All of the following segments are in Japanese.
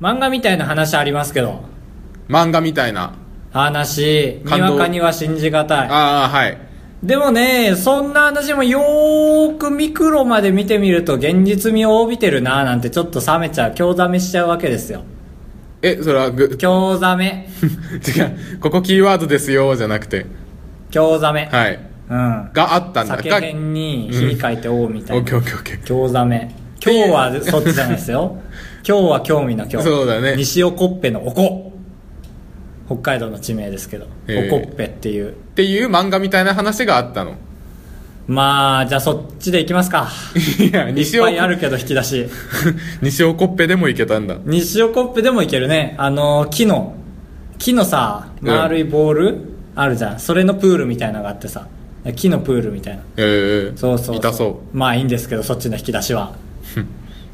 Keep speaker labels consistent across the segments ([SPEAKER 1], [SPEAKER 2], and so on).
[SPEAKER 1] 漫画みたいな話ありますけど
[SPEAKER 2] 漫画みたいな。
[SPEAKER 1] 話に
[SPEAKER 2] 感動
[SPEAKER 1] わかには信じがた
[SPEAKER 2] ああ、はい。
[SPEAKER 1] いでもねそんな話もよーくミクロまで見てみると現実味を帯びてるなーなんてちょっと冷めちゃう興ざめしちゃうわけですよ
[SPEAKER 2] え、それはぐ、
[SPEAKER 1] 興ざめ
[SPEAKER 2] 違う、ここキーワードですよ、じゃなくて。
[SPEAKER 1] 興ざめ、
[SPEAKER 2] はい。
[SPEAKER 1] うん
[SPEAKER 2] があったんだ。
[SPEAKER 1] 酒
[SPEAKER 2] が
[SPEAKER 1] へんに火書いて「おう」みた
[SPEAKER 2] オ
[SPEAKER 1] い
[SPEAKER 2] ッケー
[SPEAKER 1] な
[SPEAKER 2] オッケーオッケ ー。
[SPEAKER 1] 興ざめ今日はそっちじゃないです よ今日は興味の今日
[SPEAKER 2] そうだね
[SPEAKER 1] 西尾コッペのおこ北海道の地名ですけど
[SPEAKER 2] へー
[SPEAKER 1] おこっぺっていう
[SPEAKER 2] っていう漫画みたいな話があったの。
[SPEAKER 1] まあじゃあそっちでいきますか
[SPEAKER 2] いや、
[SPEAKER 1] いっ
[SPEAKER 2] 西尾
[SPEAKER 1] ぱい、 あるけど引き出し
[SPEAKER 2] 西尾コッペでもいけたんだ。
[SPEAKER 1] 西尾コップでもいけるねあの木の木のさ
[SPEAKER 2] うん
[SPEAKER 1] 丸いボール、あるじゃんそれのプールみたいなのがあってさ木のプールみたいな
[SPEAKER 2] ええ
[SPEAKER 1] そうそう
[SPEAKER 2] 痛そ
[SPEAKER 1] まあいいんですけどそっちの引き出しは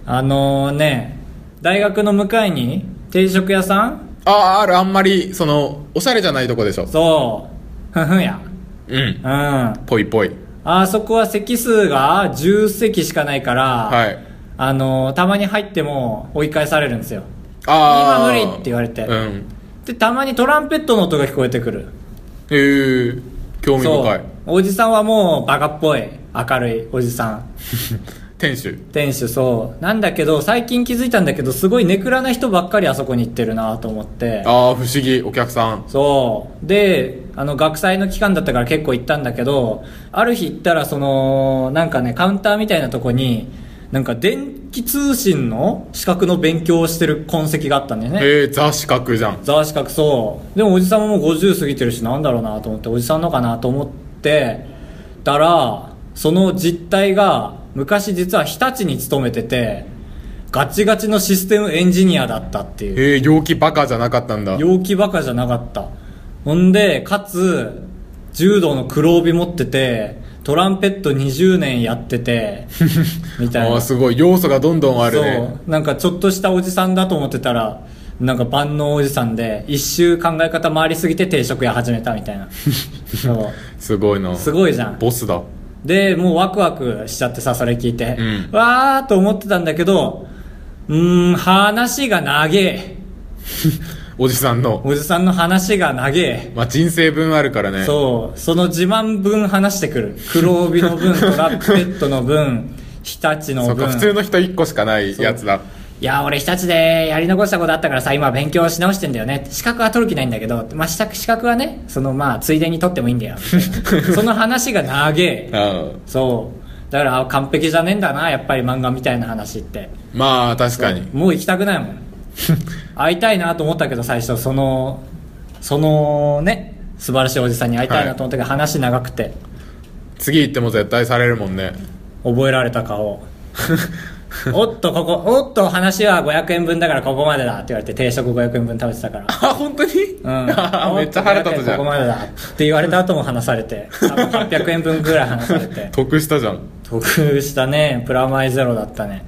[SPEAKER 1] あのね大学の向かいに定食屋さん
[SPEAKER 2] う。ああ、ある、あんまり、その、おしゃれじゃないとこでしょ。
[SPEAKER 1] そうふんふんや
[SPEAKER 2] うん。
[SPEAKER 1] うん
[SPEAKER 2] ぽいぽい。
[SPEAKER 1] あそこは席数が10席しかないから、
[SPEAKER 2] はい。
[SPEAKER 1] あのたまに入っても追い返されるんですよ
[SPEAKER 2] あ
[SPEAKER 1] 今
[SPEAKER 2] あ。
[SPEAKER 1] 無理って言われて
[SPEAKER 2] うん。
[SPEAKER 1] でたまにトランペットの音が聞こえてくる
[SPEAKER 2] ええ興味深
[SPEAKER 1] そ。
[SPEAKER 2] いう
[SPEAKER 1] おじさんはもうバカっぽい明るいおじさん
[SPEAKER 2] 店主。
[SPEAKER 1] 店主そうなんだけど最近気づいたんだけどすごいネクラな人ばっかりあそこに行ってるなと思って
[SPEAKER 2] ああ、不思議、お客さん。
[SPEAKER 1] そうであの学祭の期間だったから結構行ったんだけどある日行ったらそのなんかねカウンターみたいなとこになんか電気通信の資格の勉強をしてる痕跡があったんだよね
[SPEAKER 2] ええザ資格じゃん。
[SPEAKER 1] ざわしかくそうでもおじさんももう50過ぎてるしなんだろうなと思っておじさんのかなと思ってたらその実態が昔実は日立に勤めててガチガチのシステムエンジニアだったっていう
[SPEAKER 2] ええ陽気バカじゃなかったんだ。
[SPEAKER 1] 陽気バカじゃなかったほんでかつ柔道の黒帯持っててトランペット20年やっててみたい
[SPEAKER 2] あ
[SPEAKER 1] な
[SPEAKER 2] あ、すごい、要素がどんどんあるね。
[SPEAKER 1] そうなんかちょっとしたおじさんだと思ってたらなんか万能おじさんで一周考え方回りすぎて定食屋始めたみたい なそ
[SPEAKER 2] すごいな
[SPEAKER 1] う。すごいじゃん
[SPEAKER 2] ボスだ。
[SPEAKER 1] でもうワクワクしちゃってさそれ聞いて、
[SPEAKER 2] うん
[SPEAKER 1] わーと思ってたんだけどうーん話が長え
[SPEAKER 2] おじさんの。
[SPEAKER 1] おじさんの話が長え
[SPEAKER 2] まあ、人生分あるからね。
[SPEAKER 1] そうその自慢分話してくる黒帯の分トランペットの分日立の
[SPEAKER 2] そっ
[SPEAKER 1] 分
[SPEAKER 2] か、普通の人1個しかないやつだ。
[SPEAKER 1] いや俺日立でやり残したことあったからさ今勉強し直してんだよね資格は取る気ないんだけど、まあ、資格資格はねそのまあついでに取ってもいいん だよその話が長え
[SPEAKER 2] ああ
[SPEAKER 1] そうだからあ完璧じゃねえんだなやっぱり漫画みたいな話って
[SPEAKER 2] まあ、確かに。
[SPEAKER 1] もう行きたくないも ん会いたいなと思ったけど最初そのそのね素晴らしいおじさんに会いたいなと思ったけど、話長くて
[SPEAKER 2] 次行っても絶対されるもんね。
[SPEAKER 1] 覚えられた顔 おっとここおっと話は500円分だからここまでだって言われて定食500円分食べてたから
[SPEAKER 2] あ、本当に
[SPEAKER 1] うん、
[SPEAKER 2] めっちゃ腹立つじゃ
[SPEAKER 1] ここ
[SPEAKER 2] ん。
[SPEAKER 1] までだって言われた後も話されて多分800円分ぐらい話され て
[SPEAKER 2] 得したじゃん。
[SPEAKER 1] 得したねプラマイゼロだったね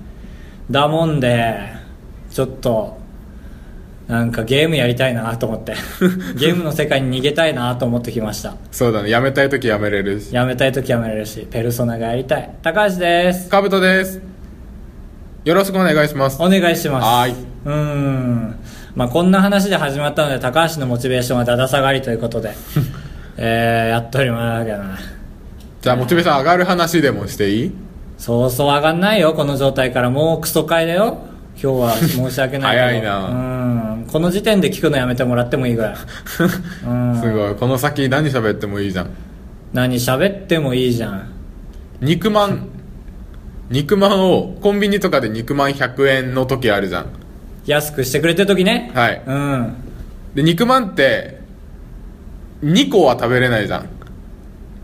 [SPEAKER 1] だもんでちょっとなんかゲームやりたいなと思って ゲームの世界に逃げたいなと思ってきました
[SPEAKER 2] そうだね。辞めたいとき辞めれるし。
[SPEAKER 1] やめたい時やめれるしペルソナがやりたい高橋です
[SPEAKER 2] かぶとです。よろしくお願いします。
[SPEAKER 1] お願いします
[SPEAKER 2] はーいう
[SPEAKER 1] ーんまあこんな話で始まったので高橋のモチベーションはだだ下がりという ことでえー、やっとりまーけどな
[SPEAKER 2] じゃあ、モチベーション上がる話でもしていい
[SPEAKER 1] そうそう上がんないよこの状態からもうクソ会だよ今日は申し訳ないけど
[SPEAKER 2] 早いな
[SPEAKER 1] うんこの時点で聞くのやめてもらってもいい ぐらいうん
[SPEAKER 2] すごい。この先何喋ってもいいじゃん。
[SPEAKER 1] 何喋ってもいいじゃん
[SPEAKER 2] 肉まん。肉まんを、コンビニとかで肉まん100円の時あるじゃん。
[SPEAKER 1] 安くしてくれてる時ね
[SPEAKER 2] はい
[SPEAKER 1] うん
[SPEAKER 2] で、肉まんって、2個は食べれないじゃん。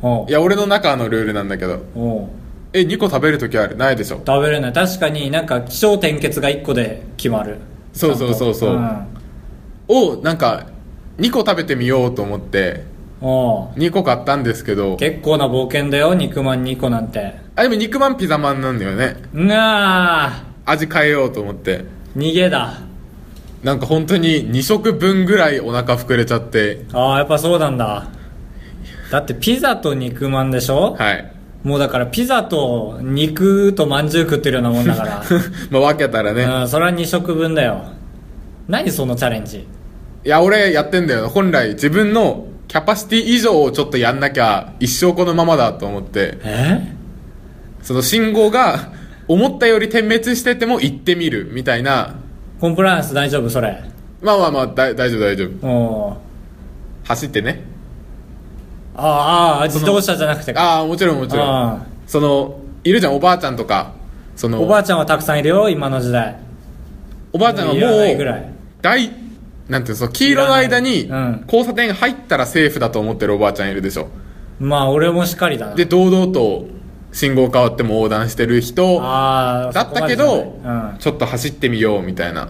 [SPEAKER 1] おう
[SPEAKER 2] いや、俺の中のルールなんだけど。
[SPEAKER 1] おう
[SPEAKER 2] え、2個食べる時あるないでしょ
[SPEAKER 1] 食べれない確かになんか気象転結が1個で決まる
[SPEAKER 2] そうそうそうそう
[SPEAKER 1] ちゃん
[SPEAKER 2] をなんか2個食べてみようと思って
[SPEAKER 1] とうんおう
[SPEAKER 2] 2個買ったんですけど
[SPEAKER 1] 結構な冒険だよ肉まん2個なんて
[SPEAKER 2] あでも肉まんピザまんなんだよね
[SPEAKER 1] うわあ
[SPEAKER 2] 味変えようと思って
[SPEAKER 1] 逃げだ
[SPEAKER 2] なんか本当に2食分ぐらいお腹膨れちゃって
[SPEAKER 1] ああやっぱそうなんだだってピザと肉まんでしょ、
[SPEAKER 2] はい
[SPEAKER 1] もうだからピザと 肉とまんじゅう食ってるようなもんだか
[SPEAKER 2] まあ分けたらね
[SPEAKER 1] ら、うん、それは2食分だよ何そのチャレンジ
[SPEAKER 2] いや、俺やってんだよ。本来自分のキャパシティ以上をちょっとやんなきゃ一生このままだと思って、
[SPEAKER 1] え
[SPEAKER 2] その信号が思ったより点滅してても行ってみるみたいな、
[SPEAKER 1] コンプライアンス大丈夫それ
[SPEAKER 2] まあまあまあ、だ大丈夫大丈夫。
[SPEAKER 1] おー
[SPEAKER 2] 走ってね。
[SPEAKER 1] あーあー自動車じゃなくて
[SPEAKER 2] ああ、もちろんもちろん。
[SPEAKER 1] あ
[SPEAKER 2] その、いるじゃん、おばあちゃんとか。その、
[SPEAKER 1] おばあちゃんはたくさんいるよ今の時代
[SPEAKER 2] おばあちゃんはも
[SPEAKER 1] いらないぐら
[SPEAKER 2] う
[SPEAKER 1] い、
[SPEAKER 2] 大、なんていうの、その黄色の間に
[SPEAKER 1] いらないうん
[SPEAKER 2] 交差点入ったらセーフだと思ってるおばあちゃんいるでしょ。
[SPEAKER 1] まあ俺もしっかりだな
[SPEAKER 2] で、堂々と信号変わっても横断してる人、
[SPEAKER 1] ああ
[SPEAKER 2] だったけ
[SPEAKER 1] そ
[SPEAKER 2] ど
[SPEAKER 1] こまでじゃないうん、あ
[SPEAKER 2] ちょっと走ってみようみたいな。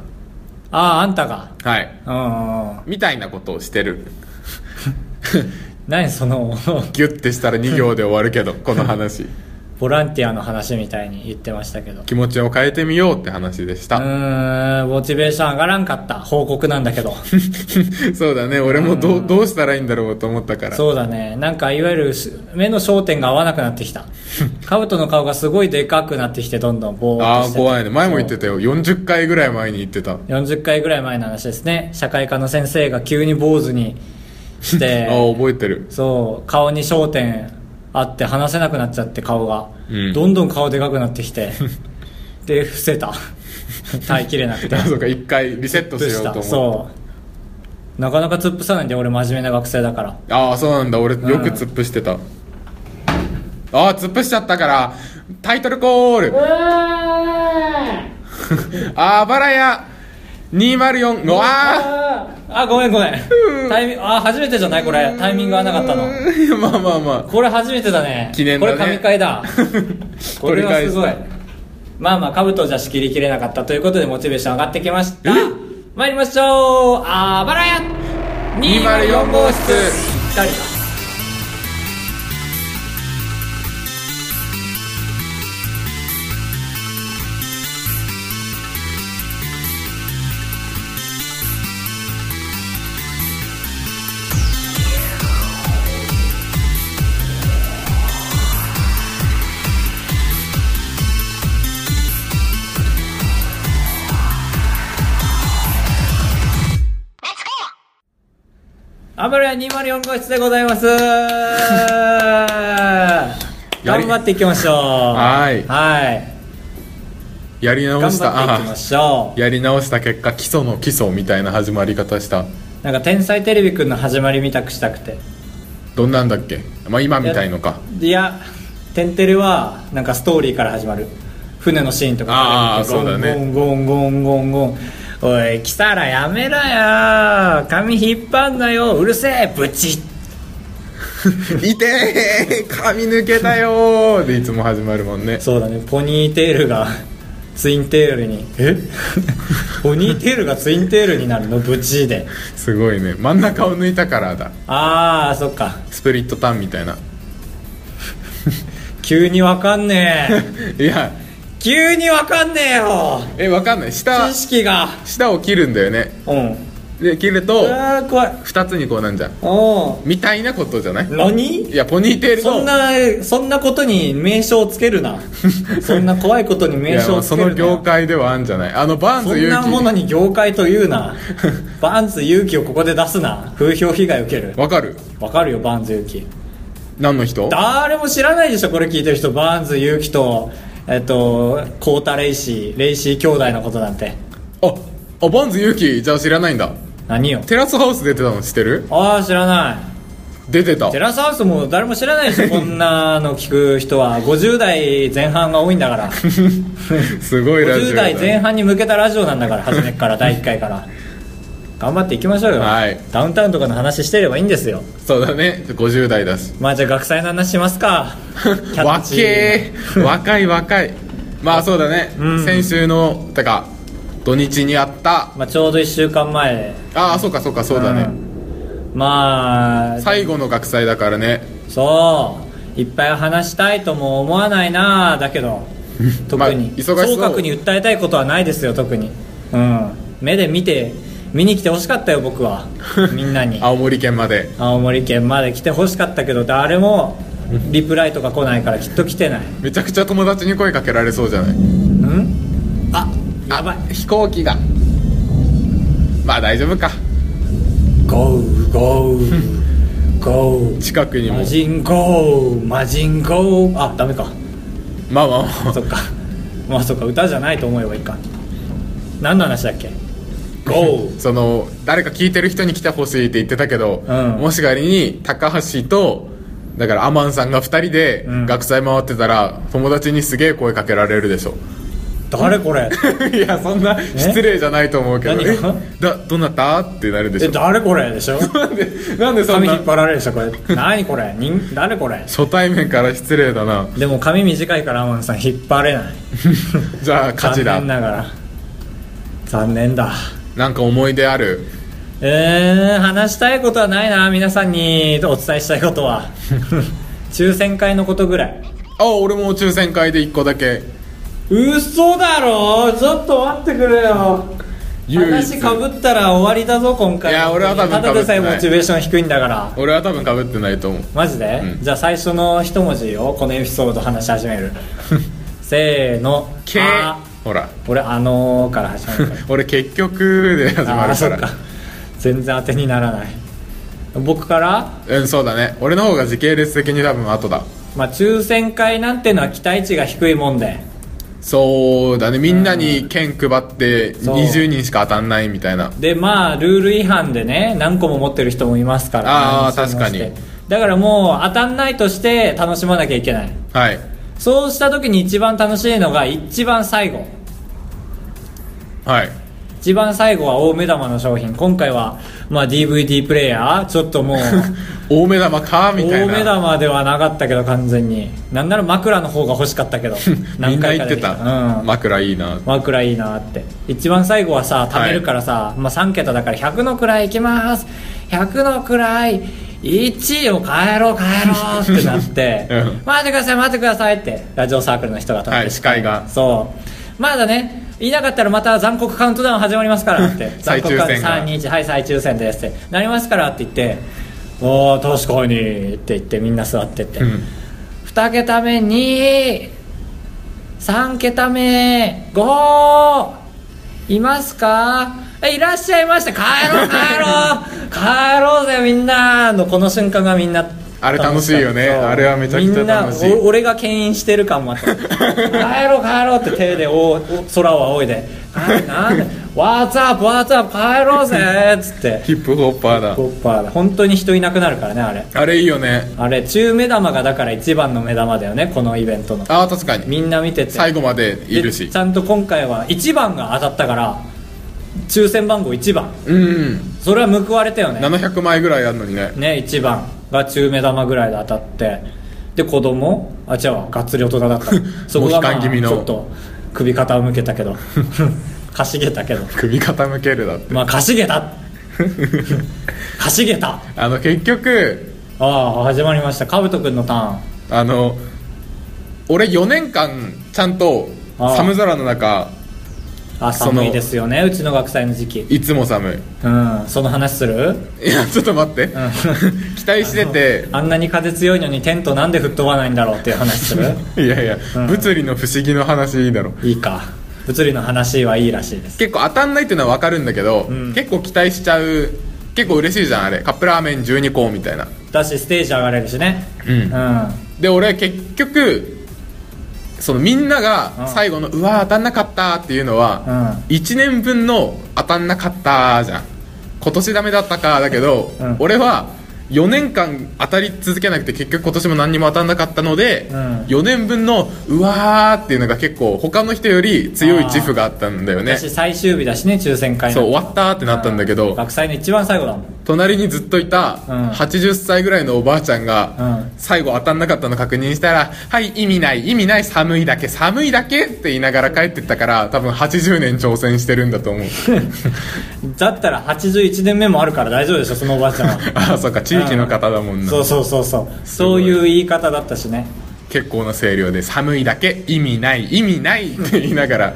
[SPEAKER 1] ああんたが
[SPEAKER 2] はい。
[SPEAKER 1] うんうんうん
[SPEAKER 2] みたいなことをしてる。
[SPEAKER 1] 何その
[SPEAKER 2] ギュッてしたら2行で終わるけ ど、この話。
[SPEAKER 1] ボランティアの話みたいに言ってましたけどう
[SPEAKER 2] 気持ちを変えてみようって話でした。
[SPEAKER 1] ーんモチベーション上がらんかった報告なんだけ ど
[SPEAKER 2] そうだね、俺もどうどうしたらいいんだろうと思ったから。
[SPEAKER 1] そうだねなんかいわゆるし目の焦点が合わなくなってき たカブトの顔がすごいでかくなってきてどんどんボーっ
[SPEAKER 2] あ
[SPEAKER 1] と
[SPEAKER 2] あ、
[SPEAKER 1] してて
[SPEAKER 2] 怖いね。前も言ってたよ。40回ぐらい前に言ってた。
[SPEAKER 1] 40回ぐらい前の話ですね社会科の先生が急に坊主にし て
[SPEAKER 2] ああ、覚えてる。
[SPEAKER 1] そう顔に焦点あって話せなくなっちゃって顔が、
[SPEAKER 2] うん
[SPEAKER 1] どんどん顔でかくなってき てで伏せた耐えきれなくて
[SPEAKER 2] あそうか、一回リセットしようと思って。
[SPEAKER 1] そうなかなか突っ伏さないんで俺真面目な学生だから
[SPEAKER 2] ああ、そうなんだ。俺よく突っ伏してた。ああ、突っ伏しちゃったから、タイトルコールあばらや204うわ
[SPEAKER 1] あごめんごめんタイミングあ初めてじゃないこれタイミングがなかったの
[SPEAKER 2] ー まあまあまあ
[SPEAKER 1] これ初めてだね
[SPEAKER 2] 記念だね
[SPEAKER 1] これ神回 だこれはすご
[SPEAKER 2] 取
[SPEAKER 1] い
[SPEAKER 2] り返し
[SPEAKER 1] まあまあ兜じゃ仕切りきれなかったということでモチベーション上がってきました
[SPEAKER 2] え
[SPEAKER 1] 参りましょうあばらや
[SPEAKER 2] 204号室
[SPEAKER 1] 誰だあばらや204号室でござい ます頑張っていきましょう
[SPEAKER 2] はい
[SPEAKER 1] はい
[SPEAKER 2] やり直
[SPEAKER 1] 頑
[SPEAKER 2] した
[SPEAKER 1] 張っていきましょ
[SPEAKER 2] あーやり直した結果基礎の基礎みたいな始まり方した
[SPEAKER 1] うなんか「天才テレビくん」の始まり見たくしたくて
[SPEAKER 2] どんなんだっけまあ今みたいのか
[SPEAKER 1] いや「天てれ」はなんかストーリーから始まる船のシーンとか
[SPEAKER 2] あー
[SPEAKER 1] ゴン
[SPEAKER 2] そうだね
[SPEAKER 1] ゴンゴンゴンゴンゴンおいキサラやめろよ髪引っ張んなようるせえブチッ
[SPEAKER 2] いてー髪抜けたよーでいつも始まるもんね
[SPEAKER 1] そうだねポニーテールが ツインテールに
[SPEAKER 2] え
[SPEAKER 1] ポニーテールがツインテールになるのブチーです
[SPEAKER 2] ごいね真ん中を抜いたからだ
[SPEAKER 1] ああそっか
[SPEAKER 2] スプリットターンみたいな
[SPEAKER 1] 急にわかんね え
[SPEAKER 2] いや
[SPEAKER 1] 急にわかんねえよ
[SPEAKER 2] えわかんない下
[SPEAKER 1] 知識が
[SPEAKER 2] 下を切るんだよね
[SPEAKER 1] うん
[SPEAKER 2] で切ると
[SPEAKER 1] あー怖い
[SPEAKER 2] 2つにこうなんじゃん
[SPEAKER 1] う
[SPEAKER 2] みたいなことじゃない
[SPEAKER 1] ん何
[SPEAKER 2] いやポニーテールの
[SPEAKER 1] そんなそんなことに名称をつける なそんな怖いことに
[SPEAKER 2] い
[SPEAKER 1] 名
[SPEAKER 2] や
[SPEAKER 1] 称
[SPEAKER 2] ま
[SPEAKER 1] を
[SPEAKER 2] あ
[SPEAKER 1] つけ
[SPEAKER 2] そ
[SPEAKER 1] るな
[SPEAKER 2] の業界ではあんじゃないあのバーン
[SPEAKER 1] そ
[SPEAKER 2] ズ
[SPEAKER 1] んなもの
[SPEAKER 2] 勇
[SPEAKER 1] に業界という なバーンズ勇気をここで出すな風評被害を受ける
[SPEAKER 2] 気わかる
[SPEAKER 1] わかるよバーンズ勇気
[SPEAKER 2] 何の人
[SPEAKER 1] 誰も知らないでしょこれ聞いてる人バーンズ勇気とえっとコータレイシーレイシー兄弟のことなんて
[SPEAKER 2] ああバーンズ勇気じゃあ知らないんだ
[SPEAKER 1] 何よ
[SPEAKER 2] テラスハウス出てたの知ってる
[SPEAKER 1] ああ知らない
[SPEAKER 2] 出てた
[SPEAKER 1] テラスハウスも誰も知らないでしょこんなの聞く人は50代前半が多いんだから
[SPEAKER 2] すごいラジオ
[SPEAKER 1] 50
[SPEAKER 2] だ
[SPEAKER 1] 代前半に向けたラジオなんだから初めっ から第1回から頑張っていきましょうよ、
[SPEAKER 2] はい
[SPEAKER 1] ダウンタウンとかの話してればいいんですよ
[SPEAKER 2] そうだね50代だし
[SPEAKER 1] まあじゃあ学祭の話します かキャッチー
[SPEAKER 2] 若え若い若いまあそうだね、
[SPEAKER 1] うん
[SPEAKER 2] 先週のてか土日にあった
[SPEAKER 1] まあ、ちょうど1週間前
[SPEAKER 2] ああそうかそうかそうだね、
[SPEAKER 1] うんまあ
[SPEAKER 2] 最後の学祭だからね
[SPEAKER 1] そういっぱい話したいとも思わないなあだけ ど特
[SPEAKER 2] まあ
[SPEAKER 1] に、
[SPEAKER 2] 忙しそう
[SPEAKER 1] 総括に訴えたいことはないですよ特にうん目で見て見に来てほしかったよ僕はみんな に
[SPEAKER 2] 青森県まで
[SPEAKER 1] 青森県まで来てほしかったけど誰もリプライとか来ないからきっと来てない
[SPEAKER 2] めちゃくちゃ友達に声かけられそうじゃない
[SPEAKER 1] んあやばい
[SPEAKER 2] 飛行機がまあ大丈夫か
[SPEAKER 1] ゴーゴーゴー
[SPEAKER 2] 近くにも
[SPEAKER 1] マジンゴーマジンゴーあダメか
[SPEAKER 2] まあまあまあ
[SPEAKER 1] そっかまあそっか歌じゃないと思えばいいか何の話だっけゴー
[SPEAKER 2] その誰か聞いてる人に来てほしいって言ってたけど、
[SPEAKER 1] うん
[SPEAKER 2] もし仮に高橋とだからアマンさんが2人で
[SPEAKER 1] うん
[SPEAKER 2] 学祭回ってたら、友達にすげえ声かけられるでしょ
[SPEAKER 1] 誰これ
[SPEAKER 2] いやそんな失礼じゃないと思うけど
[SPEAKER 1] 何が
[SPEAKER 2] えだどうなったってなるでし
[SPEAKER 1] え
[SPEAKER 2] ょ
[SPEAKER 1] 誰これでしょ
[SPEAKER 2] なんでなんでそん
[SPEAKER 1] 髪
[SPEAKER 2] な
[SPEAKER 1] 引っ張られるでしょこれ何これ人誰こ れ
[SPEAKER 2] 初対面から失礼だな
[SPEAKER 1] でも髪短いからアマンさん引っ張れない
[SPEAKER 2] じゃあ勝ちだ
[SPEAKER 1] 残念ながら残念だ
[SPEAKER 2] なんか思い出ある
[SPEAKER 1] えー、話したいことはないな皆さんにお伝えしたいこと は抽選会のことぐらい
[SPEAKER 2] あ俺も抽選会で1個だけ
[SPEAKER 1] 嘘だろちょっと待ってくれよ
[SPEAKER 2] 唯一
[SPEAKER 1] 話かぶったら終わりだぞ今回
[SPEAKER 2] いや俺は多分
[SPEAKER 1] ただでさえ
[SPEAKER 2] 被ってない
[SPEAKER 1] モチベーション低いんだから
[SPEAKER 2] 俺は多分かぶってないと思う
[SPEAKER 1] マジで、
[SPEAKER 2] うん
[SPEAKER 1] じゃあ最初の一文字をこのエピソード話し始 めるせーの
[SPEAKER 2] 「け
[SPEAKER 1] あ」
[SPEAKER 2] ほら
[SPEAKER 1] 俺あのーから始まるから
[SPEAKER 2] 俺結局で始ま
[SPEAKER 1] あー
[SPEAKER 2] る
[SPEAKER 1] そ
[SPEAKER 2] か
[SPEAKER 1] っから全然当てにならない僕から
[SPEAKER 2] うんそうだね俺の方が時系列的に多分後だ
[SPEAKER 1] まあ、抽選会なんてのは期待値が低いもんで
[SPEAKER 2] そうだねみんなに券配って
[SPEAKER 1] そう
[SPEAKER 2] 20人しか当たんないみたいな
[SPEAKER 1] でまあルール違反でね何個も持ってる人もいますから
[SPEAKER 2] あ
[SPEAKER 1] 何
[SPEAKER 2] ー
[SPEAKER 1] 周もして
[SPEAKER 2] 確かに
[SPEAKER 1] だからもう当たんないとして楽しまなきゃいけない
[SPEAKER 2] はい
[SPEAKER 1] そうした時に一番楽しいのが一番最後
[SPEAKER 2] はい
[SPEAKER 1] 一番最後は大目玉の商品今回は、まあ、DVD プレイヤーちょっともう
[SPEAKER 2] 大目玉か みたい
[SPEAKER 1] 大
[SPEAKER 2] な
[SPEAKER 1] 目玉ではなかったけど完全になんなら枕の方が欲しかったけど
[SPEAKER 2] みんな言って
[SPEAKER 1] でき
[SPEAKER 2] た、
[SPEAKER 1] うん、
[SPEAKER 2] 枕いいな、
[SPEAKER 1] 枕いいなって一番最後はさ貯めるからさ、まあ、3桁だから100の位いきます100の位1を変えろ変えろってなって
[SPEAKER 2] うん
[SPEAKER 1] 待ってください待ってくださいってラジオサークルの人が
[SPEAKER 2] はい司会が
[SPEAKER 1] そうまだねいなかったらまた残酷カウントダウン始まりますから って
[SPEAKER 2] 再抽選が
[SPEAKER 1] 残酷カウント321はい再抽選ですってなりますからって言っておー確かにって言ってみんな座ってって、
[SPEAKER 2] うん
[SPEAKER 1] 2桁目に3桁目5いますかえいらっしゃいました帰ろう帰ろ う帰ろうぜみんなのこの瞬間がみんな
[SPEAKER 2] あれ楽しいよね
[SPEAKER 1] そう
[SPEAKER 2] あれはめちゃくちゃ楽しい
[SPEAKER 1] みんなお俺が牽引してる感もあった帰ろう帰ろうって手でおお空を仰いで「帰るなんで What's up What's up 帰ろうぜ」っつって
[SPEAKER 2] ヒップホッパーだ
[SPEAKER 1] ホッパーだ本当に人いなくなるからねあれ
[SPEAKER 2] あれいいよね
[SPEAKER 1] あれ中目玉がだから一番の目玉だよねこのイベントの
[SPEAKER 2] あー確かに
[SPEAKER 1] みんな見てて
[SPEAKER 2] 最後までいるし
[SPEAKER 1] でちゃんと今回は1番が当たったから抽選番号1番
[SPEAKER 2] うん
[SPEAKER 1] それは報われたよね
[SPEAKER 2] 700枚ぐらいあるのにね
[SPEAKER 1] ね1番が中目玉ぐらいで当たってで子供あ違うわがっつり大人だった そこが、ま
[SPEAKER 2] もう悲観
[SPEAKER 1] あ、
[SPEAKER 2] 気味の
[SPEAKER 1] ちょっと首傾けたけ どかしげたけど
[SPEAKER 2] 首傾けるだ って
[SPEAKER 1] まあかしげたかしげたあ
[SPEAKER 2] あの結局
[SPEAKER 1] あ始まりましたかぶとくんのターン
[SPEAKER 2] あの俺4年間ちゃんと
[SPEAKER 1] ああ
[SPEAKER 2] 寒空の中
[SPEAKER 1] あ
[SPEAKER 2] その
[SPEAKER 1] 寒いですよねうちの学祭の時期
[SPEAKER 2] いつも寒
[SPEAKER 1] うんその話する
[SPEAKER 2] いいやちょっと待って、期待してて
[SPEAKER 1] あんなに風強いのにテントなんで吹っ飛ばないんだろうっていう話す る
[SPEAKER 2] いやいや、物理の不思議の話だろ
[SPEAKER 1] いいか物理の話はいいらしいです
[SPEAKER 2] 結構当たんないっていうのは分かるんだけど、
[SPEAKER 1] ん
[SPEAKER 2] 結構期待しちゃう結構嬉しいじゃんあれカップラーメン12個みたいな
[SPEAKER 1] だしステージ上がれるしね
[SPEAKER 2] うん
[SPEAKER 1] うん
[SPEAKER 2] で俺結局そのみんな
[SPEAKER 1] うん
[SPEAKER 2] が最後の「うわー当たんなかった」っていうのは、1年分の「当たんなかった」じゃん今年ダメだったかだけど、
[SPEAKER 1] うん
[SPEAKER 2] 俺は4年間当たり続けなくて結局今年も何にも当たんなかったので、
[SPEAKER 1] うん
[SPEAKER 2] 4年分の「うわー」っていうのが結構他の人より強い自負があったんだよね
[SPEAKER 1] だし最終日だしね抽選会の
[SPEAKER 2] そう終わったってなったんだけ
[SPEAKER 1] う
[SPEAKER 2] ど
[SPEAKER 1] 学祭の一番最後だもん
[SPEAKER 2] 隣にずっといた
[SPEAKER 1] うん
[SPEAKER 2] 80歳ぐらいのおばあちゃんが、
[SPEAKER 1] うん
[SPEAKER 2] 最後当たんなかったの確認したら「はい意味ない意味ない寒いだけ寒いだけ」って言いながら帰ってったから多分80年挑戦してるんだと思う
[SPEAKER 1] だったら81年目もあるから大丈夫でしょそのおばあちゃん は
[SPEAKER 2] ああそっか地域の方だもんな
[SPEAKER 1] そうそうそうそう
[SPEAKER 2] すご
[SPEAKER 1] そ
[SPEAKER 2] いう
[SPEAKER 1] いう言い方だったしね
[SPEAKER 2] 結構な声量で「寒いだけ意味ない意味ない」って言いながら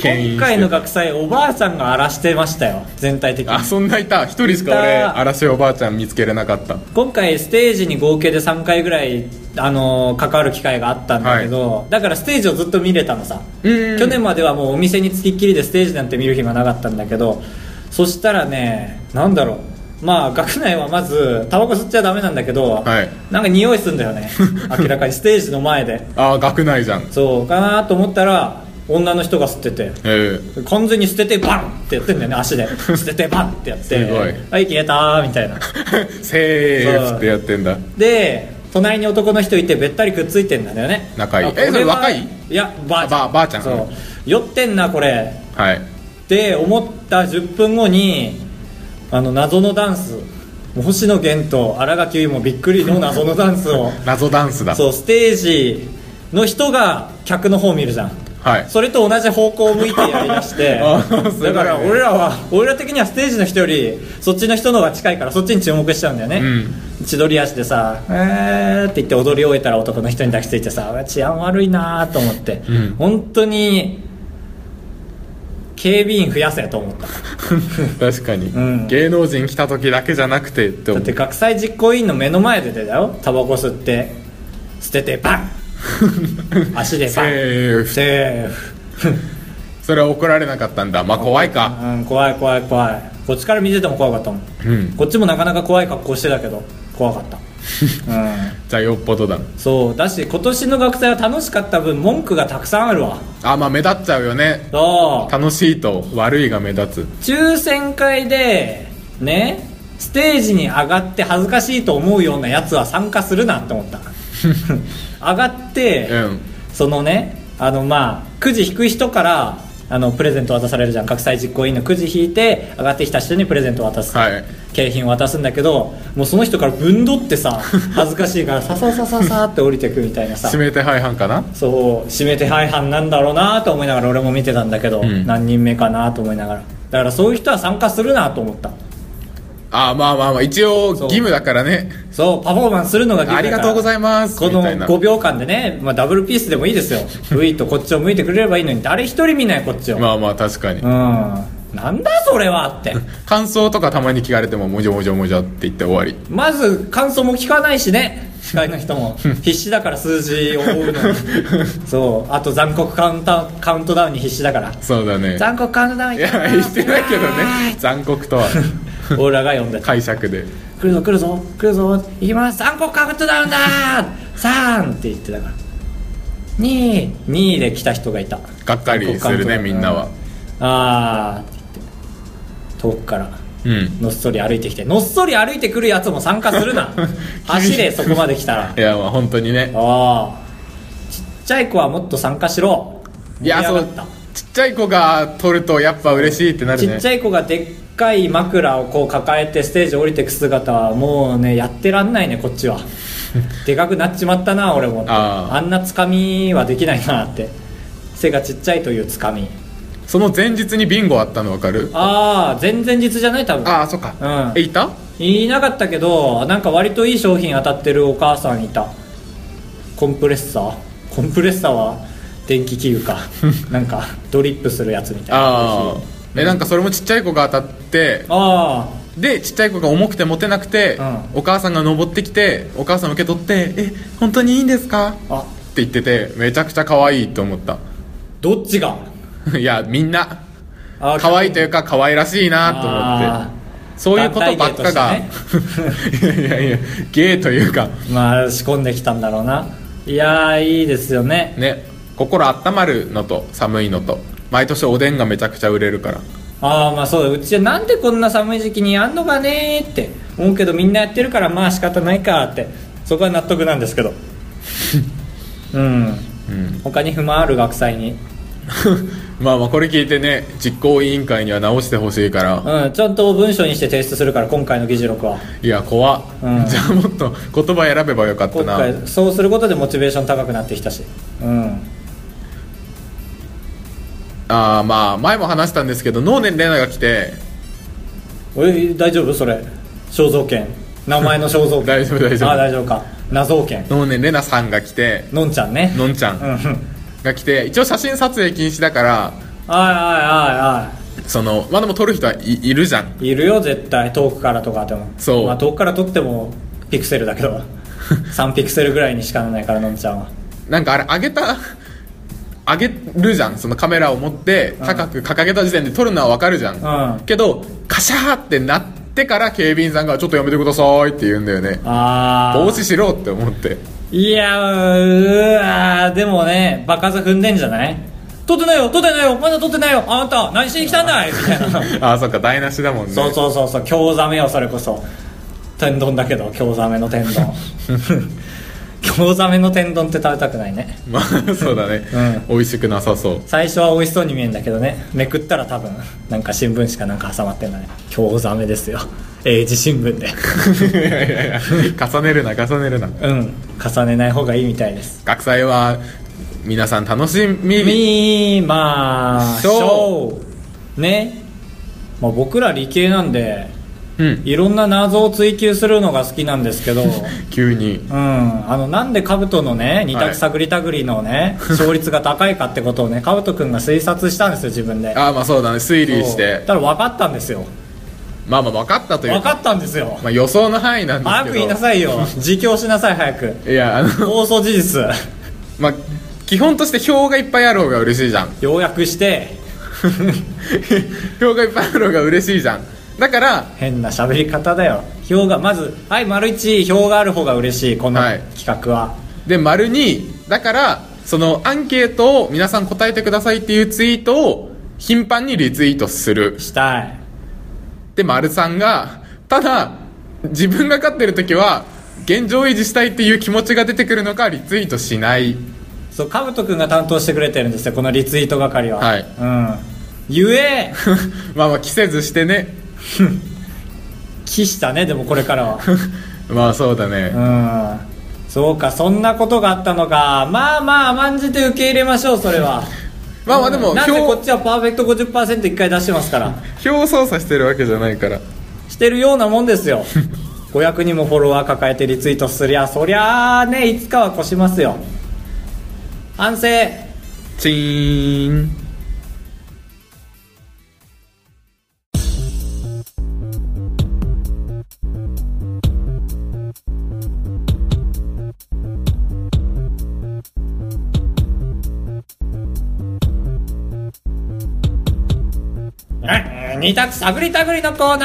[SPEAKER 2] 牽引
[SPEAKER 1] 今
[SPEAKER 2] して
[SPEAKER 1] 回の学祭おばあさんが荒らしてましたよ全体的に
[SPEAKER 2] あそんないた一人しか
[SPEAKER 1] い
[SPEAKER 2] 俺
[SPEAKER 1] た
[SPEAKER 2] 嵐おばあちゃん見つけれなかった
[SPEAKER 1] 今回ステージに合計で3回ぐらい、あのー関わる機会があったんだけど、だからステージをずっと見れたのさ
[SPEAKER 2] うん
[SPEAKER 1] 去年まではもうお店につきっきりでステージなんて見る暇なかったんだけどそしたらねなんだろうまあ学内はまずタバコ吸っちゃダメなんだけど、
[SPEAKER 2] はい
[SPEAKER 1] なんか匂いすんだよ ね明らかにステージの前で
[SPEAKER 2] ああ学内じゃん
[SPEAKER 1] そうかなと思ったら女の人が吸ってて
[SPEAKER 2] え
[SPEAKER 1] 完全に捨ててバンってやってんだよね足で 捨ててバンってやって
[SPEAKER 2] すごい
[SPEAKER 1] はい消えたーみたいな
[SPEAKER 2] え セーフってやってんだ
[SPEAKER 1] で隣に男の人いてべったりくっついてんだよね
[SPEAKER 2] 仲いい
[SPEAKER 1] あ
[SPEAKER 2] えそれ
[SPEAKER 1] こは
[SPEAKER 2] 若い
[SPEAKER 1] いやばあちゃん
[SPEAKER 2] ばばあちゃん
[SPEAKER 1] そう酔ってんなこれ
[SPEAKER 2] はい
[SPEAKER 1] って思った10分後にあの謎のダンス星野源と新垣結衣もびっくりの謎のダンス を
[SPEAKER 2] 謎ダンスだ
[SPEAKER 1] そうステージの人が客の方見るじゃん
[SPEAKER 2] はい
[SPEAKER 1] それと同じ方向を向いてやりだして
[SPEAKER 2] あーすごいね
[SPEAKER 1] だから俺らは俺ら的にはステージの人よりそっちの人の方が近いからそっちに注目しちゃうんだよね、千鳥足でさ「えー」って言って踊り終えたら男の人に抱きついてさうわ治安悪いなーと思って、
[SPEAKER 2] うん
[SPEAKER 1] 本当に警備員増やせと思った
[SPEAKER 2] 確かに、
[SPEAKER 1] うん
[SPEAKER 2] 芸能人来た時だけじゃなくてっ
[SPEAKER 1] だ
[SPEAKER 2] て思
[SPEAKER 1] っ
[SPEAKER 2] う
[SPEAKER 1] て学祭実行委員の目の前でだよタバコ吸って捨ててバン 足でバン
[SPEAKER 2] セーフ
[SPEAKER 1] セーフ
[SPEAKER 2] それは怒られなかったんだまあ怖いか
[SPEAKER 1] うん怖い怖い怖いこっちから見てても怖かったもん、
[SPEAKER 2] うん
[SPEAKER 1] こっちもなかなか怖い格好してたけど怖かった うん
[SPEAKER 2] じゃあよっぽどだ
[SPEAKER 1] そうだし今年の学祭は楽しかった分文句がたくさんあるわ
[SPEAKER 2] あまあ目立っちゃうよね
[SPEAKER 1] そう
[SPEAKER 2] 楽しいと悪いが目立つ
[SPEAKER 1] 抽選会でねステージに上がって恥ずかしいと思うようなやつは参加するなって思った 上がって、
[SPEAKER 2] うん
[SPEAKER 1] そのねあのまあくじ引く人からあのプレゼント渡されるじゃん学祭実行委員のくじ引いて上がってきた人にプレゼント渡す、
[SPEAKER 2] はい
[SPEAKER 1] 景品を渡すんだけどもうその人からぶんどって さ恥ずかしいからさささささって降りてくみたいなさ
[SPEAKER 2] 指名手配犯かな
[SPEAKER 1] そう指名手配犯なんだろうなと思いながら俺も見てたんだけど、
[SPEAKER 2] うん
[SPEAKER 1] 何人目かなと思いながらだからそういう人は参加するなと思った
[SPEAKER 2] あまあまあまあ一応義務だからね
[SPEAKER 1] そうパフォーマンスするのが義
[SPEAKER 2] あ
[SPEAKER 1] 務
[SPEAKER 2] り
[SPEAKER 1] だから
[SPEAKER 2] がとうございます
[SPEAKER 1] こ
[SPEAKER 2] み
[SPEAKER 1] の
[SPEAKER 2] たいな
[SPEAKER 1] 5秒間でね、まあ、ダブルピースでもいい ですよ V とこっちを向いてくれればいいのに誰一人見ないこっちを、
[SPEAKER 2] まあまあ確かに
[SPEAKER 1] うんなんだそれはって
[SPEAKER 2] 感想とかたまに聞かれてももじょもじょもじょって言って終わり
[SPEAKER 1] まず感想も聞かないしね司会の人も必死だから数字を追うのに そうあと残酷カウンターカウントダウンに必死だから
[SPEAKER 2] そうだね
[SPEAKER 1] 残酷カウントダウン
[SPEAKER 2] い
[SPEAKER 1] 行きま
[SPEAKER 2] や
[SPEAKER 1] ー
[SPEAKER 2] 言
[SPEAKER 1] す
[SPEAKER 2] ってないけどね 残酷とは
[SPEAKER 1] 俺らが読んでた
[SPEAKER 2] 解釈で
[SPEAKER 1] 来るぞ来るぞ来るぞ行きます3個カウントダウンだー3って言ってたから22位で来た人がいた
[SPEAKER 2] がっかりするねみんなは
[SPEAKER 1] あーって言って遠くから
[SPEAKER 2] うん
[SPEAKER 1] のっそり歩いてきてのっそり歩いてくるやつも参加する な走れそこまで来たらあ
[SPEAKER 2] いやまあ本当にね
[SPEAKER 1] あちっちゃい子はもっと参加しろ
[SPEAKER 2] い
[SPEAKER 1] 盛
[SPEAKER 2] やそ
[SPEAKER 1] り上
[SPEAKER 2] う
[SPEAKER 1] がった
[SPEAKER 2] ちっちゃい子が取るとやっぱ嬉しいってなる
[SPEAKER 1] ち
[SPEAKER 2] ね
[SPEAKER 1] っちゃい子がでっかい枕をこう抱えてステージ降りてく姿はもうねやってらんないねこっち はでかくなっちまったな俺も
[SPEAKER 2] あ
[SPEAKER 1] あ
[SPEAKER 2] ー
[SPEAKER 1] んなつかみはできないなって背がちっちゃいというつかみ
[SPEAKER 2] その前日にビンゴあったの分かる
[SPEAKER 1] ああ前々日じゃない多分
[SPEAKER 2] ああそっか
[SPEAKER 1] うん
[SPEAKER 2] えいた
[SPEAKER 1] いなかったけどなんか割といい商品当たってるお母さんいたコンプレッサーコンプレッサーは電気器具 かなんかドリップするやつみたいな
[SPEAKER 2] ああえなんかそれもちっちゃい子が当たって
[SPEAKER 1] ああ
[SPEAKER 2] でちっちゃい子が重くて持てなくて、
[SPEAKER 1] うん
[SPEAKER 2] お母さんが登ってきてお母さん受け取って「え本当にいいんですか?」
[SPEAKER 1] あ
[SPEAKER 2] って言っててめちゃくちゃ可愛いと思った
[SPEAKER 1] どっちが
[SPEAKER 2] いやみんな
[SPEAKER 1] あー
[SPEAKER 2] 可愛いというか可愛らしいなと
[SPEAKER 1] あ
[SPEAKER 2] 思ってそういうことばっかが、
[SPEAKER 1] 団
[SPEAKER 2] いや いやいやゲイというか
[SPEAKER 1] ーまあ仕込んできたんだろうないやーいいですよね
[SPEAKER 2] ね心温まるのと寒いのと毎年おでんがめちゃくちゃ売れるから
[SPEAKER 1] ああまあそうだうちはなんでこんな寒い時期にやんのかねーって思うけどみんなやってるからまあ仕方ないかーってそこは納得なんです けどうん
[SPEAKER 2] うん
[SPEAKER 1] 他に不満ある学祭に
[SPEAKER 2] まあまあこれ聞いてね実行委員会には直してほしいから
[SPEAKER 1] うんちゃんと文章にして提出するから今回の議事録はい
[SPEAKER 2] や怖っ、
[SPEAKER 1] うん
[SPEAKER 2] じゃあもっと言葉選べばよかった
[SPEAKER 1] 今
[SPEAKER 2] な
[SPEAKER 1] 回そうすることでモチベーション高くなってきたしうん
[SPEAKER 2] あーまあ前も話したんですけど能年玲奈が来て
[SPEAKER 1] え大丈夫それ肖像権名前の肖像権
[SPEAKER 2] 大丈夫大丈夫
[SPEAKER 1] あ大丈夫か謎権
[SPEAKER 2] 能年玲奈さんが来て
[SPEAKER 1] のんちゃんね
[SPEAKER 2] のんちゃ
[SPEAKER 1] うんんうん
[SPEAKER 2] が来て一応写真撮影禁止だから
[SPEAKER 1] あいあいあいあ
[SPEAKER 2] そのまあでも撮る人はいいるじゃん
[SPEAKER 1] いいるよ絶対遠くからとかでも
[SPEAKER 2] そう
[SPEAKER 1] まあ、遠くから撮ってもピクセルだけ ど3ピクセルぐらいにしかならないからのんちゃんは
[SPEAKER 2] なんかあれ上げた 上げるじゃんそのカメラを持って高く掲げた時点で撮るのはわかるじゃん、
[SPEAKER 1] うん
[SPEAKER 2] けどカシャーってなってから警備員さんが「ちょっとやめてください」って言うんだよね
[SPEAKER 1] ああ
[SPEAKER 2] 防止しろって思って
[SPEAKER 1] いやーうわーでもねバカさ踏んでんじゃない撮ってないよ撮ってないよまだ撮ってないよあんた何しに来たんだいみたいな
[SPEAKER 2] ああそっか台無しだもん ね
[SPEAKER 1] そうそうそうそう京ざめよそれこそ天丼だけど京ざめの天 丼京ざめの天丼って食べたくないね
[SPEAKER 2] まあそうだね、美味しくなさそう
[SPEAKER 1] 最初は美味しそうに見えるんだけどねめくったら多分なんか新聞しかなんか挟まってんだね京ざめですよ英字新聞 で
[SPEAKER 2] いやいやいや重ねるな重ねるな
[SPEAKER 1] うん重ねない方がいいみたいです
[SPEAKER 2] 学祭は皆さん楽しみに
[SPEAKER 1] 見ましょ
[SPEAKER 2] そう
[SPEAKER 1] ね、まあ、僕ら理系なんで
[SPEAKER 2] うん
[SPEAKER 1] いろんな謎を追求するのが好きなんです けどう
[SPEAKER 2] 急に
[SPEAKER 1] んあのなんで兜のね二択探り探りのね、勝率が高いかってことをね兜君が推察したんですよ自分で
[SPEAKER 2] ああまあそうだね推理し
[SPEAKER 1] そう
[SPEAKER 2] て
[SPEAKER 1] たら分かったんですよ
[SPEAKER 2] まあまあ分かったという
[SPEAKER 1] 分かったんですよ
[SPEAKER 2] まあ、予想の範囲なんですけど
[SPEAKER 1] 早く言いなさいよ自供しなさい早く
[SPEAKER 2] いやあの
[SPEAKER 1] 放送事実
[SPEAKER 2] まあ基本として票がいっぱいある方が嬉しい じゃん
[SPEAKER 1] 要約して
[SPEAKER 2] 票がいっぱいある方が嬉しいじゃんだから
[SPEAKER 1] 変な喋り方だよ票がまずはい丸一票がある方が嬉しいこの
[SPEAKER 2] はい
[SPEAKER 1] 企画は、
[SPEAKER 2] で丸にだからそのアンケートを皆さん答えてくださいっていうツイートを頻繁にリツイートする
[SPEAKER 1] したい
[SPEAKER 2] で丸さんがただ自分が勝ってる時は現状維持したいっていう気持ちが出てくるのかリツイートしない
[SPEAKER 1] そうかぶとくんが担当してくれてるんですよこのリツイート係は
[SPEAKER 2] はい
[SPEAKER 1] うんゆえ
[SPEAKER 2] まあまあ着せずしてね
[SPEAKER 1] 期したねでもこれからは
[SPEAKER 2] まあそうだね、
[SPEAKER 1] うんそうかそんなことがあったのかまあまあ甘んじて受け入れましょうそれは
[SPEAKER 2] まあまあでも
[SPEAKER 1] なんでこっ
[SPEAKER 2] 票
[SPEAKER 1] ちはパーフェクト50%一回出してますから
[SPEAKER 2] 票操作してるわけじゃないから
[SPEAKER 1] してるようなもんですよ500人もフォロワー抱えてリツイートすりゃそりゃあねいつかは越しますよ安静
[SPEAKER 2] チーン
[SPEAKER 1] え二択探り探りのコーナー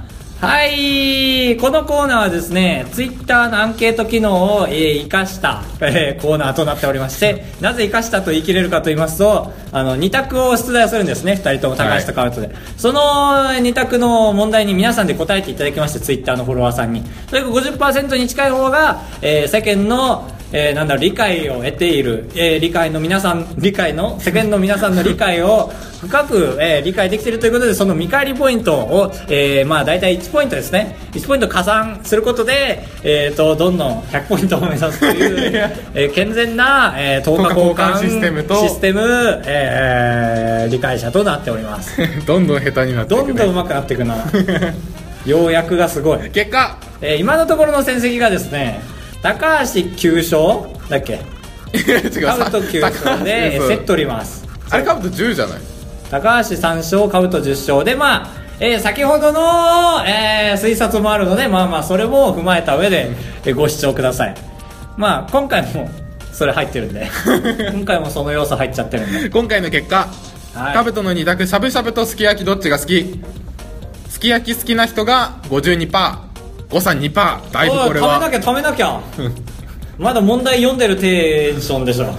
[SPEAKER 2] わ
[SPEAKER 1] はいこのコーナーはですねツイッターのアンケート機能を、えー、生かした、えーコーナーとなっておりましてなぜ生かしたと言い切れるかと言いますとあの二択を出題するんですね二人とも高橋と川内で、その二択の問題に皆さんで答えていただきましてツイッターのフォロワーさんにそれが50%に近い方が、えー世間のえーなんだろう理解を得ている、えー理解の皆さん理解の世間の皆さんの理解を 深く、えー理解できているということでその見返りポイントを、えーまあ、大体1ポイントですね1ポイント加算することで、えー、とどんどん100ポイントを目指すとい
[SPEAKER 2] いうや、
[SPEAKER 1] えー健全な、えー、等価交換
[SPEAKER 2] 等価交換システムと
[SPEAKER 1] システムえー理解者となっております
[SPEAKER 2] どんどん下手になってい
[SPEAKER 1] ど
[SPEAKER 2] く、ね、
[SPEAKER 1] んどん上手くなっていく な要約がすごい
[SPEAKER 2] 結果
[SPEAKER 1] えー今のところの戦績がですね高橋9勝だっけ
[SPEAKER 2] いや違うさ
[SPEAKER 1] カブト9
[SPEAKER 2] 高橋
[SPEAKER 1] 勝でえー
[SPEAKER 2] そう
[SPEAKER 1] セットります
[SPEAKER 2] あれカブト10じゃない
[SPEAKER 1] 高橋3勝カブト10勝でまあ、えー先ほどの、えー推察もあるのでまあまあそれも踏まえた上で、えーご視聴くださいまあ今回もそれ入ってるん で今回もその要素入っちゃってるんで
[SPEAKER 2] 今回の結果、
[SPEAKER 1] はい
[SPEAKER 2] カブトの2択しゃぶしゃぶとすき焼きどっちが好きすき焼き好きな人が52パー誤差2パーだいぶ
[SPEAKER 1] おい
[SPEAKER 2] これ
[SPEAKER 1] 止めな
[SPEAKER 2] は
[SPEAKER 1] きゃ止めなき ゃまだ問題読んでるテンションで しょ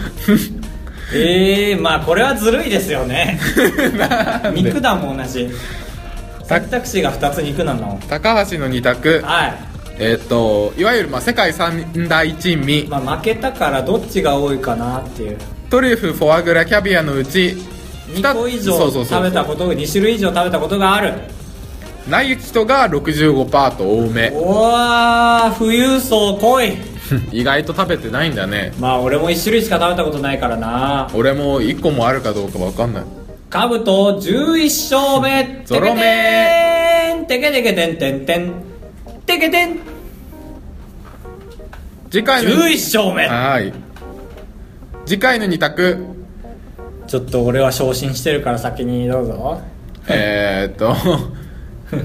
[SPEAKER 1] ええー、まあこれはずるいですよね
[SPEAKER 2] なんで
[SPEAKER 1] 肉団も同じ
[SPEAKER 2] た
[SPEAKER 1] 選択肢が2つ肉なんだもん
[SPEAKER 2] 高橋の2択
[SPEAKER 1] はい、
[SPEAKER 2] えーっといわゆるまあ世界三大珍味、
[SPEAKER 1] まあ、負けたからどっちが多いかなっていう
[SPEAKER 2] トリュフフォアグラキャビアのうち
[SPEAKER 1] 2個以上
[SPEAKER 2] そうそうそう
[SPEAKER 1] 食べたこと2種類以上食べたことがある
[SPEAKER 2] ない人が65パーと多め
[SPEAKER 1] おわー富裕層濃い
[SPEAKER 2] 意外と食べてないんだね
[SPEAKER 1] まあ俺も1種類しか食べたことないからな
[SPEAKER 2] 俺も1個もあるかどうか分かんない
[SPEAKER 1] カブト11勝目
[SPEAKER 2] ゾロ目
[SPEAKER 1] てけてけてんてんてんてけてん
[SPEAKER 2] 次回の
[SPEAKER 1] 11勝目
[SPEAKER 2] はい次回の2択
[SPEAKER 1] ちょっと俺は昇進してるから先にどうぞ
[SPEAKER 2] えーっと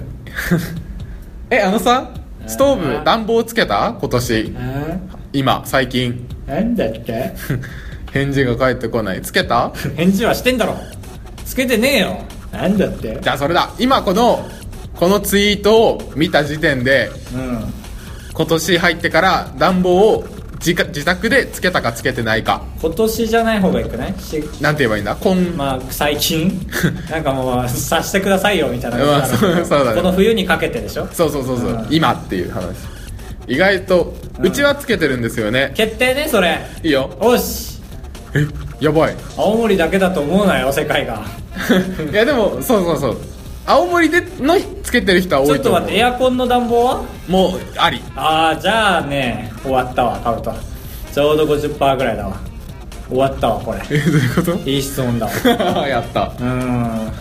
[SPEAKER 2] えあのさストーブ暖房つけた今年
[SPEAKER 1] え
[SPEAKER 2] 今最近
[SPEAKER 1] なんだって
[SPEAKER 2] 返事が返ってこないつけた
[SPEAKER 1] 返事はしてんだろつけてねえよなんだって
[SPEAKER 2] じゃあそれだ今このこのツイートを見た時点で
[SPEAKER 1] うん
[SPEAKER 2] 今年入ってから暖房を自家自宅でつけたかつけてないか
[SPEAKER 1] 今年じゃない方がいいくないし
[SPEAKER 2] なんて言えばいいんだこん、
[SPEAKER 1] まあ最 近なんかもうさしてくださいよみたいな
[SPEAKER 2] まあそうそうだね
[SPEAKER 1] この冬にかけてでしょ
[SPEAKER 2] そうそうそうそう、
[SPEAKER 1] うん
[SPEAKER 2] 今っていう話意外とうちはつけてるんですよね、
[SPEAKER 1] 決定ねそれ
[SPEAKER 2] いいよ
[SPEAKER 1] おし
[SPEAKER 2] えやばい
[SPEAKER 1] 青森だけだと思うなよ世界が
[SPEAKER 2] いやでもそうそうそう青森でのつけてる人は
[SPEAKER 1] ち
[SPEAKER 2] 多
[SPEAKER 1] ょ
[SPEAKER 2] い
[SPEAKER 1] っと
[SPEAKER 2] と思う
[SPEAKER 1] 待ってエアコンの暖房は
[SPEAKER 2] もうあり
[SPEAKER 1] ああじゃあね終わったわカブトちょうど50%ぐらいだわ終わったわこれ
[SPEAKER 2] えどういうこと
[SPEAKER 1] いい質問 だわ
[SPEAKER 2] やった
[SPEAKER 1] うーん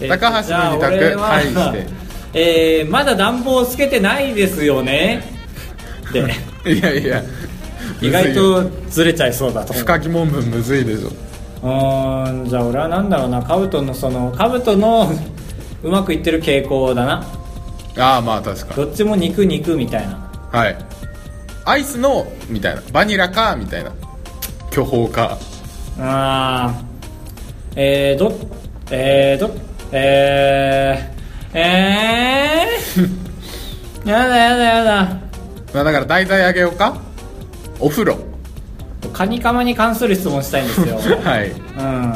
[SPEAKER 1] え
[SPEAKER 2] 高橋の二択
[SPEAKER 1] じゃあ俺は
[SPEAKER 2] 返して
[SPEAKER 1] えー、まだ暖房つけてないですよね で
[SPEAKER 2] いやいや
[SPEAKER 1] 意外とずれちゃいそうだと思う
[SPEAKER 2] 深き問文むずいでしょ
[SPEAKER 1] うーんじゃあ俺はなんだろうなカブトのそのカブトのうまくいってる傾向だな
[SPEAKER 2] ああまあ確か
[SPEAKER 1] どっちも肉肉みたいな
[SPEAKER 2] はいアイスのみたいなバニラかみたいな巨峰か
[SPEAKER 1] あーえー、どえー、どえー、えー、 やだやだやだ
[SPEAKER 2] まあだから題材あげようかお風呂
[SPEAKER 1] カニカマに関する質問したいんですよ
[SPEAKER 2] はい
[SPEAKER 1] うん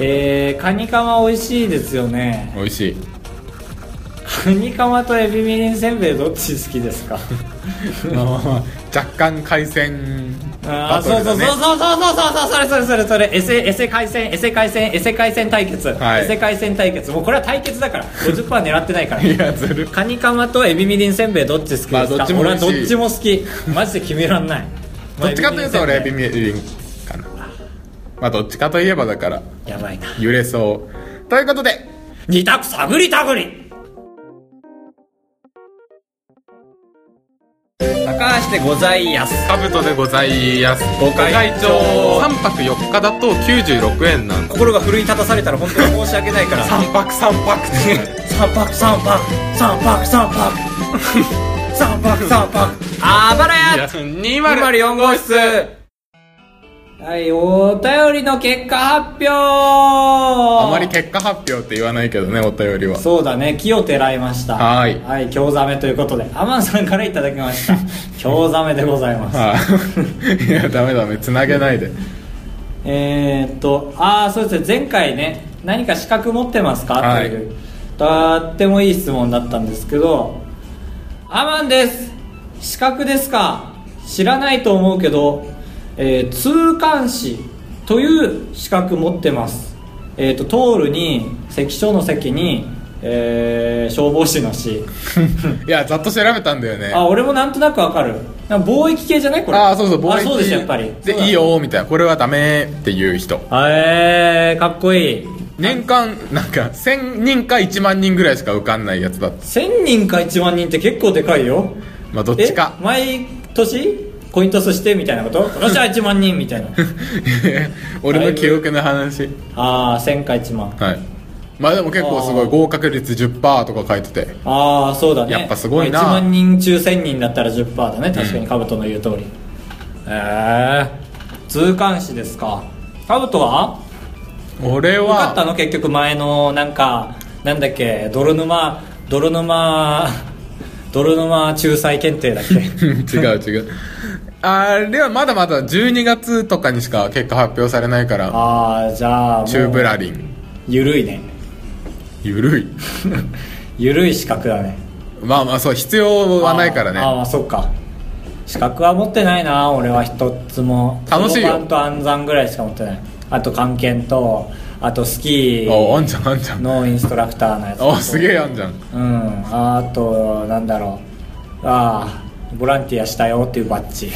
[SPEAKER 1] えー、カニカマ美味しいですよね
[SPEAKER 2] 美味しい
[SPEAKER 1] カニカマとエビみりんせんべいどっち好きです か
[SPEAKER 2] まあまあまあ若干海鮮
[SPEAKER 1] あー
[SPEAKER 2] バト
[SPEAKER 1] そう
[SPEAKER 2] ル
[SPEAKER 1] そうそ
[SPEAKER 2] だね
[SPEAKER 1] うそうそうそうそうそうそれそれそれそれエセエセ海鮮エセ海鮮エセ海鮮対決、
[SPEAKER 2] はい
[SPEAKER 1] エセ海鮮対決もうこれは対決だから50%狙ってない から
[SPEAKER 2] いやずる
[SPEAKER 1] カニカマとエビみりんせんべいどっち好きですか、
[SPEAKER 2] まあどっちも
[SPEAKER 1] 俺は
[SPEAKER 2] 美味しい
[SPEAKER 1] どっちも好きマジで決めらんない
[SPEAKER 2] どっちかというと俺エビ
[SPEAKER 1] ま
[SPEAKER 2] ミリンかなまあどっちかといえばだから
[SPEAKER 1] あエビみりんせんべいやばいな
[SPEAKER 2] 揺れそうということで
[SPEAKER 1] 二択探り探り高橋でございやす
[SPEAKER 2] カブトでございます
[SPEAKER 1] ご会長
[SPEAKER 2] 3泊4日だと96円なんだ
[SPEAKER 1] 心が奮い立たされたら本当に申し訳ないから
[SPEAKER 2] 3泊3泊って
[SPEAKER 1] 三泊三泊三泊三 泊三泊三泊あばらや
[SPEAKER 2] 204号室
[SPEAKER 1] はいお便りの結果発表あ
[SPEAKER 2] あまり結果発表って言わないけどねお便りは
[SPEAKER 1] そうだね木をてらいました
[SPEAKER 2] はい
[SPEAKER 1] はい京ざめということでアマンさんからいただきま した京ざめでございます
[SPEAKER 2] はい いやダメダメつなげないで
[SPEAKER 1] えー、っとああそうですね前回ね何か資格持ってますか
[SPEAKER 2] はい
[SPEAKER 1] というとってもいい質問だったんですけどアマンです資格ですか知らないと思うけど、えー通関士という資格持ってますえー、とトールに関所の席に、えー消防士の士
[SPEAKER 2] いやざっと調べたんだよね
[SPEAKER 1] あ俺もなんとなくわかるなんか貿易系じゃないこれ
[SPEAKER 2] ああそうそう貿易
[SPEAKER 1] あそうですやっぱりそうだ
[SPEAKER 2] でいいよみたいなこれはダメっていう人
[SPEAKER 1] あえー、かっこいい
[SPEAKER 2] 年間なんか1000人か1万人ぐらいしか受かんないやつだった
[SPEAKER 1] 1000人か1万人って結構でかいよ
[SPEAKER 2] まあどっちか
[SPEAKER 1] え毎年コイントスしてみたいなこと私は1万人みたいな
[SPEAKER 2] 俺の記憶の話
[SPEAKER 1] ああ1000か1万
[SPEAKER 2] はいまあでも結構すご
[SPEAKER 1] あ
[SPEAKER 2] い
[SPEAKER 1] ー
[SPEAKER 2] 合格率10%とか書いてて
[SPEAKER 1] ああそうだね
[SPEAKER 2] やっぱすごいな
[SPEAKER 1] 1万人中1000人だったら10%だね確かにカブトの言う通り、ええ通関士ですかカブトは
[SPEAKER 2] 俺
[SPEAKER 1] よかった
[SPEAKER 2] は
[SPEAKER 1] の結局前のなんかなんだっけ泥沼泥沼泥沼仲裁検定だっけ
[SPEAKER 2] 違う違うあれはまだまだ12月とかにしか結果発表されないから
[SPEAKER 1] ああじゃあもう
[SPEAKER 2] チューブラリン
[SPEAKER 1] ゆるいね
[SPEAKER 2] ゆるい
[SPEAKER 1] ゆるい資格だね
[SPEAKER 2] まあまあそう必要はないからね
[SPEAKER 1] あーあーそっか資格は持ってないな俺は一つも
[SPEAKER 2] 楽しいよ
[SPEAKER 1] 黒板と暗算ぐらいしか持ってないあと漢検とあとスキー
[SPEAKER 2] ああんじゃんあんじゃん
[SPEAKER 1] のインストラクターのやつ
[SPEAKER 2] あすげえあんじゃん
[SPEAKER 1] うんあとなんだろうああボランティアしたよっていうバッ ジ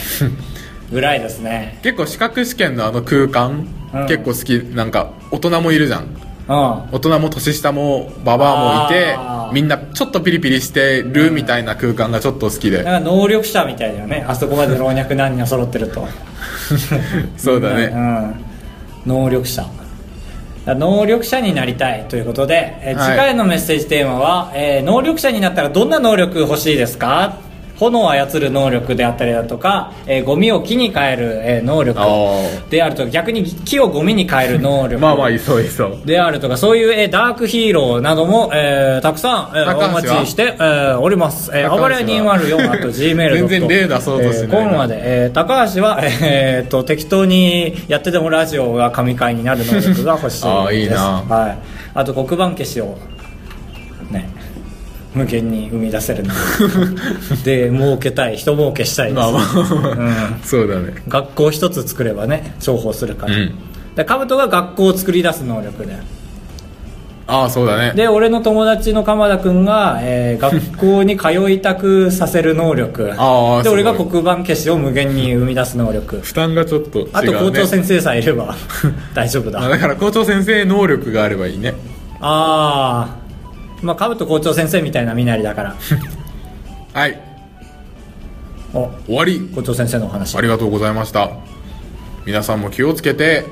[SPEAKER 1] ぐらいですね
[SPEAKER 2] 結構資格試験のあの空間、
[SPEAKER 1] うん
[SPEAKER 2] 結構好きなんか大人もいるじゃん
[SPEAKER 1] うん
[SPEAKER 2] 大人も年下もババアもいて
[SPEAKER 1] あー
[SPEAKER 2] みんなちょっとピリピリしてるみたいな空間がちょっと好きで、
[SPEAKER 1] なんか能力者みたいだよねあそこまで老若男女揃ってると
[SPEAKER 2] そうだね
[SPEAKER 1] うん、能力者能力者になりたいということで、えー
[SPEAKER 2] はい
[SPEAKER 1] 次回のメッセージテーマは、えー能力者になったらどんな能力欲しいですか炎を操る能力であったりだとか、えーゴミを木に変える、えー能力
[SPEAKER 2] あー
[SPEAKER 1] であるとか逆に木をゴミに変える能力
[SPEAKER 2] まあまあいそういそう
[SPEAKER 1] であるとかそういう、えーダークヒーローなども、えーたくさん、えー
[SPEAKER 2] 高橋は
[SPEAKER 1] お待ちして、えーおります、えー、
[SPEAKER 2] 高橋
[SPEAKER 1] 暴
[SPEAKER 2] は
[SPEAKER 1] れ204あと Gmail
[SPEAKER 2] 全然例出そうとしないな
[SPEAKER 1] えー今まで、えー高橋は、えーっと適当にやっててもラジオが神回になる能力が欲しいです
[SPEAKER 2] あーいいな
[SPEAKER 1] はい、あと黒板消しをね無限に生み出せる能 力で儲けたい人儲けしたいです、
[SPEAKER 2] まあま
[SPEAKER 1] う
[SPEAKER 2] あ そうだね
[SPEAKER 1] 学校一つ作ればね重宝するから、
[SPEAKER 2] うん
[SPEAKER 1] でカブトが学校を作り出す能力で
[SPEAKER 2] ああそうだね
[SPEAKER 1] で俺の友達の鎌田君が、えー学校に通いたくさせる能力
[SPEAKER 2] あー
[SPEAKER 1] で俺が
[SPEAKER 2] すご
[SPEAKER 1] 黒
[SPEAKER 2] い
[SPEAKER 1] 板消しを無限に生み出す能力
[SPEAKER 2] 負担がちょっと違う、ね、
[SPEAKER 1] あと校長先生さえいれば 大丈夫だ
[SPEAKER 2] あだから校長先生能力があればいいね
[SPEAKER 1] あーまあカブト校長先生みたいな身なりだから
[SPEAKER 2] はい
[SPEAKER 1] お
[SPEAKER 2] 終わり
[SPEAKER 1] 校長先生のお話
[SPEAKER 2] ありがとうございました皆さんも気をつけて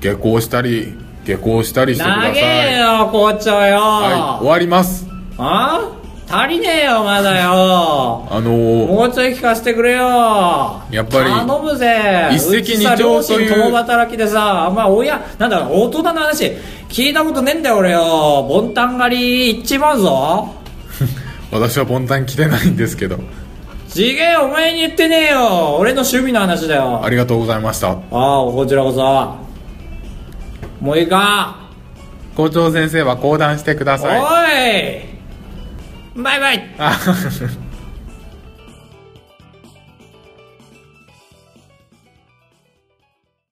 [SPEAKER 2] 下校したり下校したりしてくださ
[SPEAKER 1] 長
[SPEAKER 2] い
[SPEAKER 1] えよ校長よ、
[SPEAKER 2] はい終わります
[SPEAKER 1] あ足りねえよまだよ
[SPEAKER 2] あのー、
[SPEAKER 1] もうちょい聞かせてくれよ
[SPEAKER 2] やっぱり
[SPEAKER 1] 頼むぜ
[SPEAKER 2] 一石
[SPEAKER 1] うち
[SPEAKER 2] 二鳥という
[SPEAKER 1] さ両親共働きでさあんま親なんだろう大人の話聞いたことねえんだよ俺よボンタン狩り行っちまうぞ
[SPEAKER 2] 私はボンタン着てないんですけど
[SPEAKER 1] ちげえお前に言ってねえよ俺の趣味の話だよ
[SPEAKER 2] ありがとうございました
[SPEAKER 1] ああこちらこそもういいか
[SPEAKER 2] 校長先生は講談してくだ
[SPEAKER 1] お
[SPEAKER 2] さい
[SPEAKER 1] いバイバイ
[SPEAKER 2] あ